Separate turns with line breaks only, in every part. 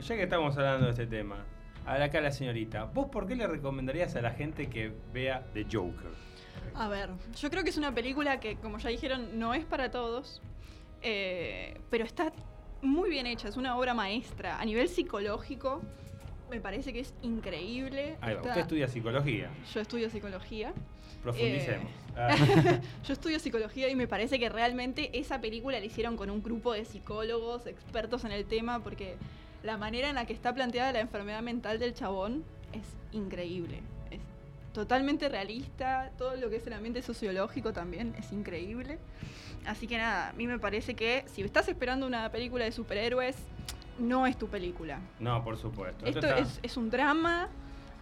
ya que estamos hablando de este tema, habla acá la señorita. ¿Vos por qué le recomendarías a la gente que vea The Joker?
A ver, yo creo que es una película que, como ya dijeron, no es para todos, eh, pero está muy bien hecha, es una obra maestra. A nivel psicológico, me parece que es increíble.
Ahí va,
Está-
usted estudia psicología.
Yo estudio psicología.
Profundicemos.
Eh,
Ah,
Yo estudio psicología y me parece que realmente esa película la hicieron con un grupo de psicólogos, expertos en el tema, porque la manera en la que está planteada la enfermedad mental del chabón es increíble. Es totalmente realista, todo lo que es el ambiente sociológico también es increíble. Así que nada, a mí me parece que si estás esperando una película de superhéroes, no es tu película.
no, por supuesto.
Esto,
está-
es, es un drama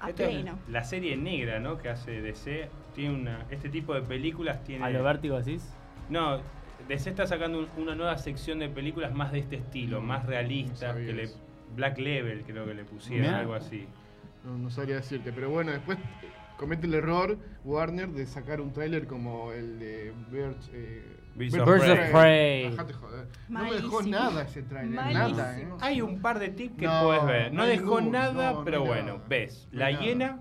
a
esto es
pleno.
la serie negra, ¿no? Que hace DC. Tiene una, este tipo de películas tiene.
A lo vértigo decís.
No, DC está sacando un- una nueva sección de películas más de este estilo, más realistas,
sabía
que le,
eso.
Black Level creo que le pusieron,
Mirá.
algo así.
No, no sabría decirte, pero bueno, después comete el error Warner de sacar un tráiler como el de Birds, eh,
Birds
Birds
of Birds of
Prey. Prey.
Bajate, joder. No me dejó
Malísimo.
nada ese tráiler,
Malísimo.
nada. ¿eh?
Hay un par de tips que
No,
puedes ver. No
no hay
dejó
luz,
nada,
no, no
pero
hay
bueno,
nada.
ves.
No
la
hay nada.
hiena,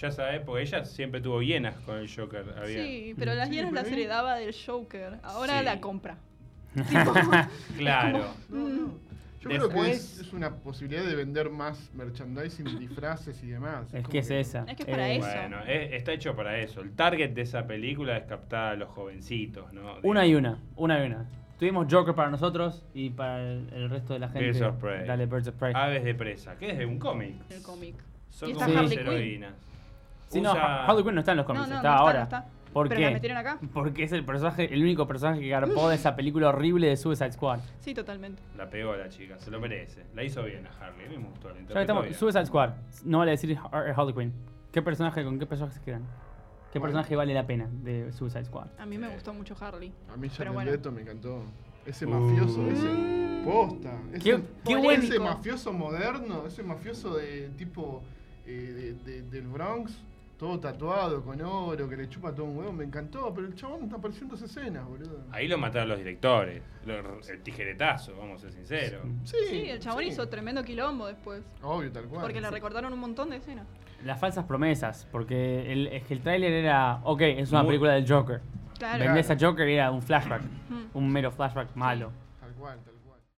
ya sabes, porque ella siempre tuvo hienas con el Joker. Había.
Sí, pero las
Sí,
hienas
pero
las
ahí-
heredaba del Joker. Ahora
Sí.
la compra.
Claro.
No,
Mm.
no. Yo creo que
Después-
es, es una posibilidad de vender más merchandising, disfraces y demás.
Es
como
que es esa.
Es que es para
Eh,
eso.
Bueno, eh, está hecho para eso. El target de esa película es captar a los jovencitos, ¿no?
Una y una, una y una. Tuvimos Joker para nosotros y para el, el resto de la gente.
Birds of Prey. Ah,
Dale, Birds of Prey.
Aves de presa, que es de un cómic.
El cómic.
Son
Y
como
está
unas
Harley Quinn.
heroínas.
Sí, no,
Usa-
Ha- Harley Quinn no está en los cómics,
no,
está
no está,
ahora.
no está.
¿Por
Pero
qué?
la metieron acá.
Porque es el personaje, el único personaje que garpó de esa película horrible de Suicide Squad.
Sí, totalmente.
La pegó a la chica, se lo merece. La hizo bien a Harley, a mí me gustó. La
Ya que
interpretó
estamos,
bien.
Suicide Squad, no vale decir Har- Harley Quinn. ¿Qué personaje, con qué personaje se quedan? ¿Qué
Bueno.
personaje vale la pena de Suicide Squad?
A mí me
Eh.
gustó mucho Harley.
A mí ya
Pero
el
bueno.
Leto me encantó. Ese
Uh.
mafioso, ese posta. Ese,
Qué- qué buen-
ese mafioso moderno, ese mafioso de tipo eh, de- de- del Bronx, todo tatuado, con oro, que le chupa todo un huevo, me encantó, pero el chabón está apareciendo esas escenas, boludo.
Ahí lo mataron los directores. Lo- el tijeretazo, vamos a ser sinceros.
Mm.
Sí,
Sí, el chabón
sí.
hizo tremendo quilombo después.
Obvio, tal cual.
porque le
Sí.
recordaron un montón de escenas.
Las falsas promesas, porque el, es que el tráiler era, ok, es una
Muy-
película del Joker.
Claro.
Vendés a Joker y era un flashback,
Mm.
un mero flashback malo.
Tal cual, tal